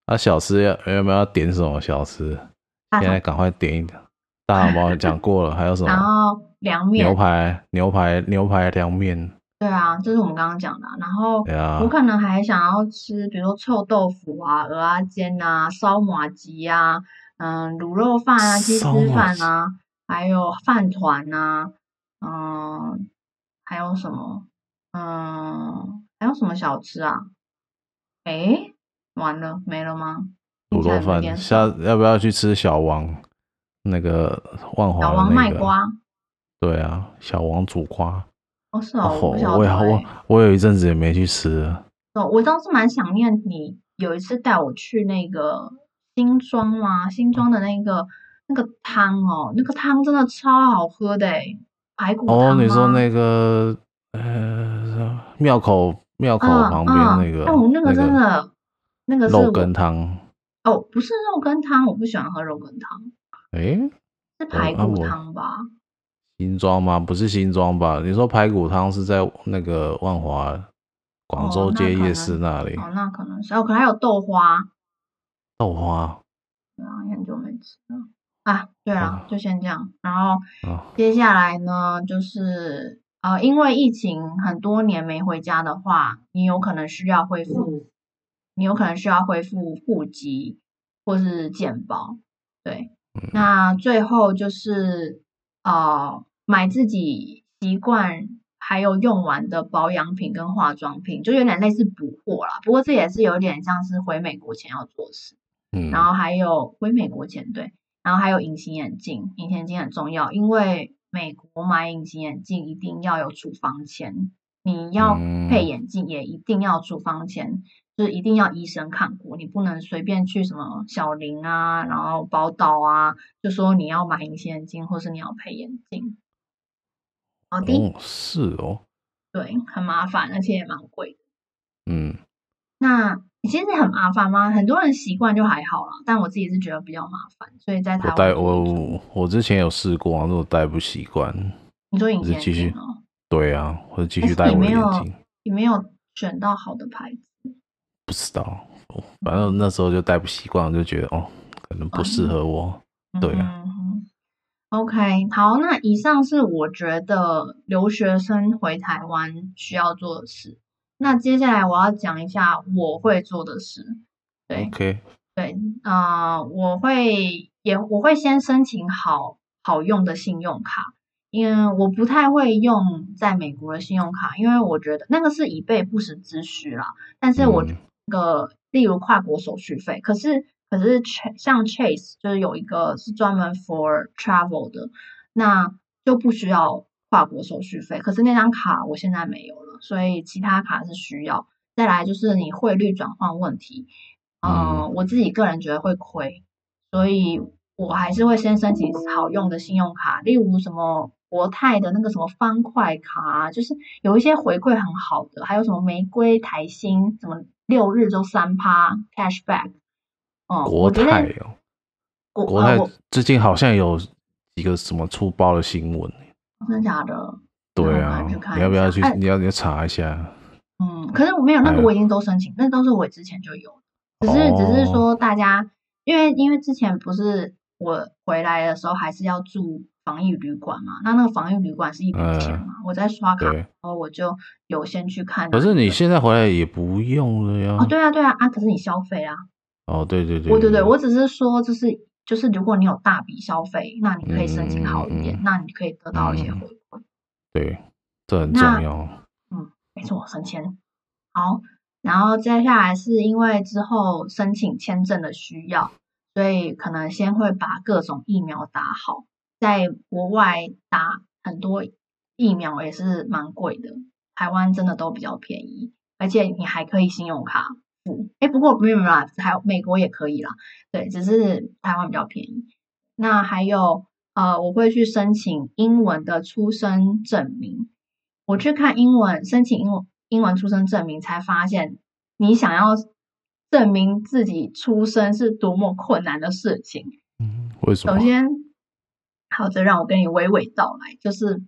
B: 那、小吃要有没有要点什么小吃？
A: 大
B: 现
A: 肠
B: 在赶快点一点。大汉堡讲过了，还有什
A: 然
B: 么？
A: 后凉
B: 牛
A: 面，
B: 排、牛排、牛排凉面，
A: 对啊，这是我们刚刚讲的啊。然后
B: 对啊
A: 我，可能还想要吃，比如说臭豆腐啊、鹅啊煎啊、烧麻鸡啊、嗯、卤肉饭啊、鸡
B: 烧
A: 丝
B: 麻
A: 饭
B: 鸡
A: 啊，还有饭团啊，嗯，还有什么？嗯，还有什么小吃啊？诶，完了，没了吗？
B: 卤肉饭。下要不要去吃小王？那个万华
A: 小
B: 的
A: 王
B: 那
A: 卖
B: 个
A: 瓜，
B: 对啊，小王煮瓜。
A: 哦是
B: 哦
A: 哦，我不晓
B: 我也
A: 得
B: 好
A: 诶
B: 我我有一阵子也没去吃了。
A: 哦，我倒是蛮想念你有一次带我去那个新庄嘛，新庄的那个那个汤哦，那个汤真的超好喝的诶，排骨
B: 哦，
A: 汤
B: 你说
A: 吗
B: 那个呃庙口庙口
A: 嗯
B: 旁边那
A: 嗯
B: 个、
A: 哦，那个真的那个是
B: 肉
A: 我
B: 羹汤，
A: 哦，不是肉羹汤，我不喜欢喝肉羹汤，
B: 诶、
A: 是排
B: 啊
A: 骨
B: 我
A: 汤吧？
B: 新庄吗？不是新庄吧？你说排骨汤是在那个万华广州
A: 哦那
B: 街
A: 可
B: 夜
A: 能
B: 市那里？
A: 哦，那可能是哦，可能还有豆花，
B: 豆花
A: 对啊，也很久没吃了啊。对啊，就先这样，然后。
B: 哦，
A: 接下来呢，就是呃，因为疫情很多年没回家的话，你有可能需要恢复，你有可能需要恢复户籍或是健保。对，
B: 嗯
A: 那最后就是呃，买自己习惯还有用完的保养品跟化妆品，就有点类似补货啦。不过这也是有点像是回美国前要做的事。
B: 嗯，
A: 然后还有回美国前对，然后还有隐形眼镜，隐形眼镜很重要，因为美国买隐形眼镜一定要有处方签，你要配
B: 嗯
A: 眼镜也一定要处方签，就是一定要医生看过，你不能随便去什么小林啊，然后宝岛啊，就说你要买隐形眼镜或是你要配眼镜。好的，
B: 哦，是哦，
A: 对，很麻烦，而且也蛮贵的
B: 嗯，
A: 那其实很麻烦吗？很多人习惯就还好啦，但我自己是觉得比较麻烦，所以在
B: 我
A: 台
B: 戴
A: 湾就会
B: 我我之前有试过，但是我戴不习惯。
A: 你说隐
B: 我
A: 形
B: 是
A: 眼
B: 继续
A: 镜哦，
B: 对啊，我就继
A: 但
B: 续
A: 是
B: 戴
A: 你
B: 我
A: 没
B: 的眼
A: 有
B: 镜，
A: 你没有选到好的牌子，
B: 不知道，我反正那时候就戴不习惯，我就觉得哦，可能不适合我。对啊
A: 嗯哼 OK，好，那以上是我觉得留学生回台湾需要做的事。那接下来我要讲一下我会做的事。对，
B: OK，
A: 对，呃，我会也我会先申请好好用的信用卡，因为我不太会用在美国的信用卡，因为我觉得那个是以备不时之需啦。但是我
B: 嗯
A: 那个、例如跨国手续费，可是可是 Ch 像 Chase 就是有一个是专门 for travel 的，那就不需要跨国手续费。可是那张卡我现在没有了，所以其他卡是需要。再来就是你汇率转换问题，呃，
B: 嗯
A: 我自己个人觉得会亏，所以我还是会先申请好用的信用卡，例如什么国泰的那个什么方块卡啊，就是有一些回馈很好的，还有什么玫瑰、台新，什么六日都三趴 cashback。哦、
B: 国
A: 我觉
B: 泰
A: 得
B: 哦，
A: 国
B: 国
A: 呃
B: 泰
A: 我
B: 最近好像有几个什么出包的新闻。
A: 真的假的？
B: 对
A: 嗯那我
B: 啊
A: 赶快去，看
B: 你要不要去
A: 一下哎？
B: 你要你要查一下。
A: 嗯，可是我没有那个，
B: 哎
A: 我已经都申请，那都是我之前就有，只是只是
B: 哦
A: 说大家，因为因为之前不是我回来的时候还是要住防疫旅馆嘛，那那个防疫旅馆是一笔钱
B: 嗯
A: 嘛，我在刷卡的
B: 对
A: 时，候我就有先去看哪
B: 可
A: 里有。
B: 是你现在回来也不用了呀。
A: 哦，对啊对啊啊，可是你消费啦，
B: 哦，对对对，
A: 我对对，我只是说就是就是如果你有大笔消费，那你可以申请好一
B: 嗯嗯
A: 点，
B: 嗯
A: 那你可以得到一些
B: 嗯
A: 回馈。
B: 对，这很重
A: 那
B: 要。
A: 没错，升迁。好，然后接下来是因为之后申请签证的需要，所以可能先会把各种疫苗打好。在国外打很多疫苗也是蛮贵的，台湾真的都比较便宜，而且你还可以信用卡付。哎，不过没有没有啦，台美国也可以啦，对，只是台湾比较便宜。那还有呃，我会去申请英文的出生证明。我去看英文申请英文英文出生证明，才发现你想要证明自己出生是多么困难的事情。
B: 嗯，为什
A: 首
B: 么？
A: 先，好的，让我跟你娓娓道来，就是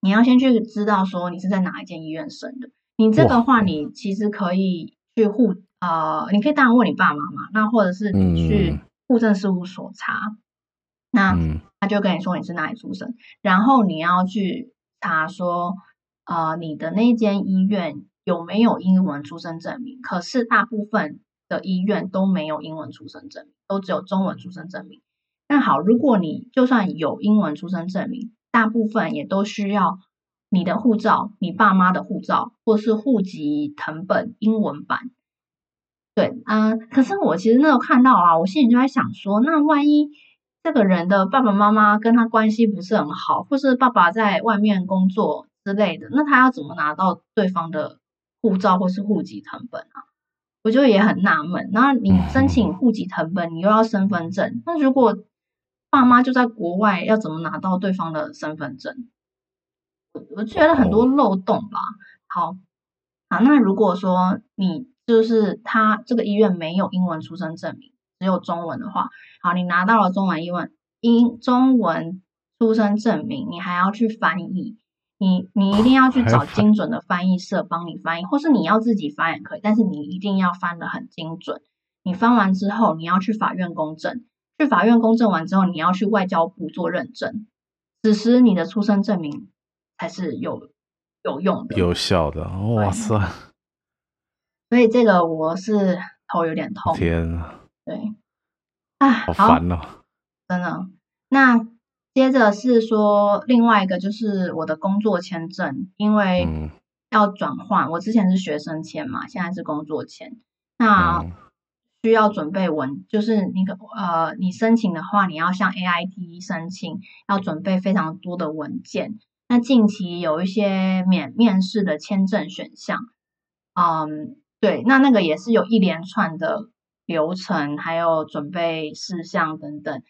A: 你要先去知道说你是在哪一间医院生的。你这个
B: 哇
A: 话，你其实可以去户呃，你可以当然问你爸妈嘛，那或者是你
B: 嗯
A: 去户政事务所查，那
B: 嗯
A: 他就跟你说你是哪里出生，然后你要去查说，呃，你的那间医院有没有英文出生证明？可是大部分的医院都没有英文出生证明，都只有中文出生证明。那好，如果你就算有英文出生证明，大部分也都需要你的护照、你爸妈的护照，或是户籍成本英文版。对，嗯，可是我其实那时候看到啊，我心里就在想说，那万一这个人的爸爸妈妈跟他关系不是很好，或是爸爸在外面工作之类的，那他要怎么拿到对方的护照或是户籍成本啊？我就也很纳闷。那你申请户籍成本，你又要身份证，那如果爸妈就在国外，要怎么拿到对方的身份证？我我觉得
B: 哦
A: 很多漏洞吧。好，啊，那如果说你就是他这个医院没有英文出生证明，只有中文的话，好，你拿到了中文英文英中文出生证明，你还要去翻译，你你一定要去
B: 还
A: 找
B: 翻
A: 精准的翻译社帮你翻译，或是你要自己翻也可以，但是你一定要翻的很精准。你翻完之后，你要去法院公证，去法院公证完之后，你要去外交部做认证，此时你的出生证明才是有有用的。
B: 有效的，哇塞，
A: 哦所以这个我是头有点痛，
B: 天啊，
A: 对，啊，
B: 好
A: 好，
B: 烦哦。
A: 真的。那接着是说另外一个就是我的工作签证，因为
B: 嗯
A: 啊要转换，我之前是学生签嘛，现在是工作签。那
B: 嗯
A: 需要准备文，就是你个呃，你申请的话，你要向 AIT 申请，要准备非常多的文件。那近期有一些免面试的签证选项，嗯，对，那那个也是有一连串的流程，还有准备事项等等，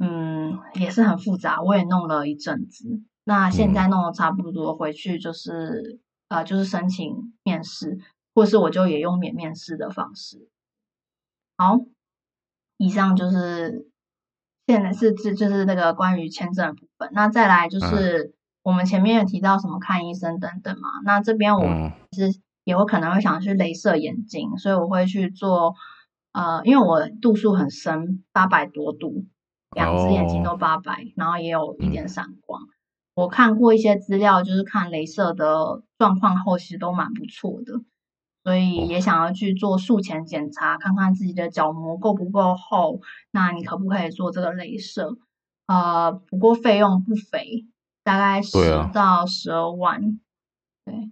A: 嗯，也是很复杂，我也弄了一阵子。那现在弄的差不多，回去就是呃，就是申请面试，或是我就也用免面试的方式。好，以上就是现在是这就是那个关于签证的部分。那再来就是我们前面有提到什么看医生等等嘛，那这边我
B: 嗯
A: 也有可能会想去镭射眼睛，所以我会去做呃，因为我度数很深，八百多度，两只眼睛
B: 哦
A: 都八百、然后也有一点
B: 嗯
A: 散光。我看过一些资料，就是看镭射的状况后，其实都蛮不错的，所
B: 哦
A: 以也想要去做术前检查，看看自己的角膜够不够厚，那你可不可以做这个镭射？呃，不过费用不菲，大概十
B: 对啊
A: 到十二万，对，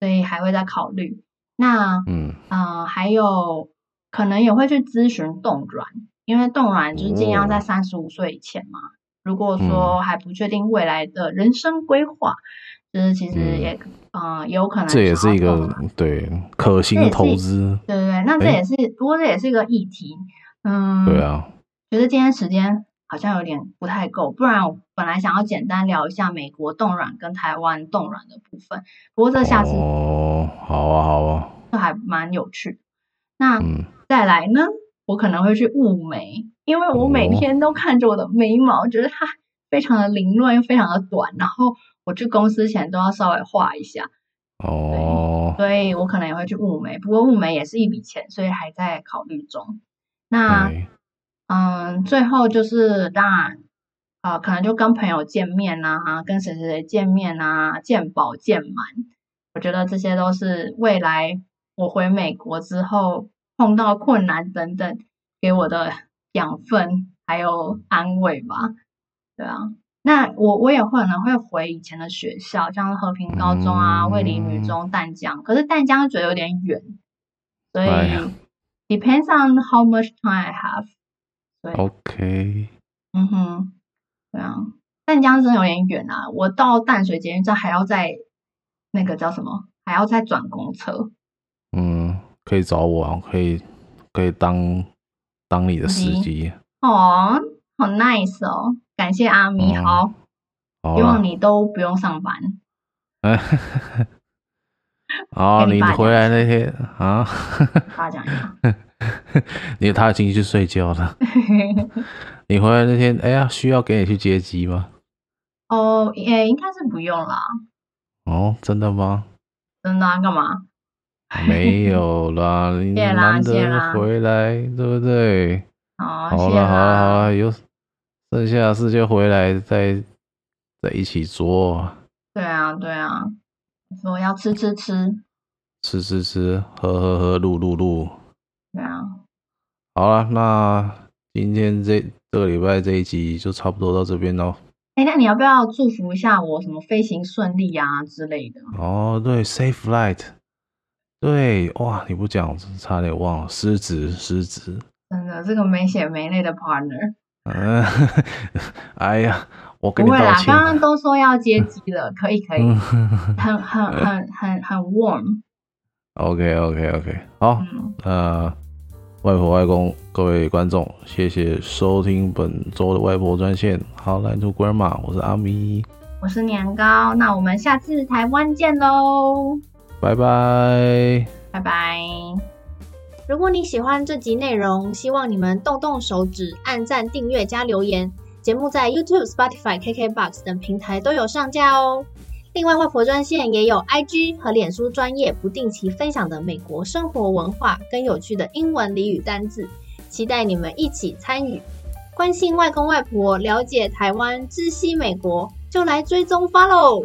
A: 所以还会再考虑。那
B: 嗯，
A: 呃，还有可能也会去咨询冻卵，因为冻卵就是尽量在
B: 哦嗯
A: 三十五岁以前嘛。如果说还不确定未来的人生规划，就是其实
B: 嗯
A: 也嗯、呃、有可能
B: 这也
A: 想
B: 是
A: 要
B: 一
A: 冻
B: 个
A: 卵
B: 对可行的投资，
A: 对对对，那这
B: 诶
A: 也是不过这也是一个议题，嗯，
B: 对啊，
A: 觉得今天时间好像有点不太够，不然我本来想要简单聊一下美国冻卵跟台湾冻卵的部分，不过这下次
B: 哦，好啊，好啊，
A: 这还蛮有趣。那
B: 嗯，
A: 再来呢，我可能会去雾眉，因为我每
B: 哦
A: 天都看着我的眉毛，觉得它非常的凌乱又非常的短，然后我去公司前都要稍微画一下，
B: 哦，
A: 所以我可能也会去雾眉，不过雾眉也是一笔钱，所以还在考虑中。那
B: 对，
A: 嗯，最后就是当然，呃，可能就跟朋友见面啊，跟谁谁谁见面啊，见饱见满，我觉得这些都是未来我回美国之后碰到困难等等给我的养分还有安慰吧。对啊，那我我也可能会回以前的学校，像和平高中啊、卫理女
B: 嗯
A: 中、淡江，可是淡江觉得有点远，所以
B: 哎呀
A: depends on how much time I have。对，
B: ，OK，
A: 嗯哼，对啊，淡江真的有点远啊，我到淡水捷运站还要再那个叫什么，还要再转公车，
B: 嗯，可以找我啊，可以，可以当当你的司
A: 司
B: 机，
A: 哦，好 nice 哦，感谢阿咪，
B: 嗯
A: 好，
B: 好
A: 希望
B: 了，
A: 你都不用上班，
B: 哎， 好，
A: 跟你
B: 你
A: 爸
B: 回来那天啊，
A: 大家讲一下，
B: 你他已经去睡觉了， 你回来那天，哎呀，需要给你去接机吗？
A: 哦，也应该是不用啦，
B: 哦，真的 吗？
A: 真的啊，干嘛？
B: 没有啦，你
A: 谢啦
B: 难
A: 谢
B: 得
A: 啦
B: 回来，对不对？
A: 哦，
B: 好
A: 谢
B: 了好了好
A: 啦，
B: 了，有剩下的事就回来再再一起做，
A: 对啊对啊，说要吃吃吃，
B: 吃吃吃，喝喝喝，录录录。
A: 对啊，
B: 好了，那今天这这个礼拜这一集就差不多到这边喽。
A: 哎，那你要不要祝福一下我什么飞行顺利啊之类的？
B: 哦，对，Safe Flight，对，哇，你不讲，差点忘了，失职失职。
A: 真的，这个没血没泪的 partner，
B: 嗯， 哎呀，我
A: 不
B: 跟你
A: 会
B: 道
A: 啦，
B: 歉。
A: 刚刚都说要接机了，可以可以，
B: 嗯
A: 很很很很很 warm，
B: ，OK OK OK，好，
A: 嗯，
B: 那外婆外公，各位观众，谢谢收听本周的外婆专线。好，来自关马，我是阿咪，
A: 我是年糕，那我们下次台湾见喽，
B: 拜拜。
A: 拜拜。
C: 如果你喜欢这集内容，希望你们动动手指，按赞、订阅、加留言。节目在 YouTube、Spotify、KKBox 等平台都有上架哦。另外，外婆专线也有 IG 和脸书专业不定期分享的美国生活文化跟有趣的英文俚语单字，期待你们一起参与。关心外公外婆，了解台湾，知悉美国，就来追踪 follow。